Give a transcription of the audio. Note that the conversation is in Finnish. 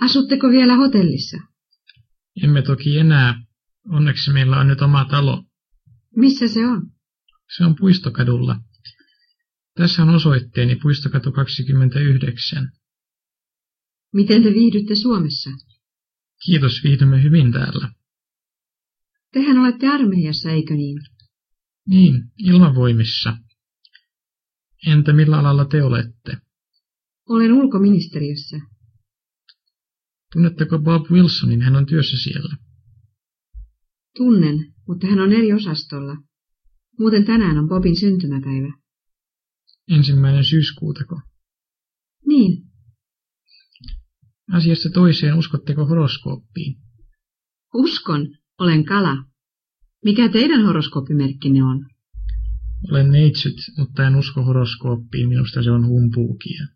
Asutteko vielä hotellissa? Emme toki enää. Onneksi meillä on nyt oma talo. Missä se on? Se on puistokadulla. Tässä on osoitteeni puistokatu 29. Miten te viihdytte Suomessa? Kiitos, viihdymme hyvin täällä. Tehän olette armeijassa, eikö niin? Niin, ilmavoimissa. Entä millä alalla te olette? Olen ulkoministeriössä. Tunnetteko Bob Wilsonin? Hän on työssä siellä. Tunnen, mutta hän on eri osastolla. Muuten tänään on Bobin syntymäpäivä. Ensimmäinen syyskuutako? Niin, Asiasta toiseen, uskotteko horoskooppiin? uskon, olen kala. Mikä teidän horoskooppimerkkinne on? Olen neitsyt, mutta en usko horoskooppiin, minusta se on humpuukia.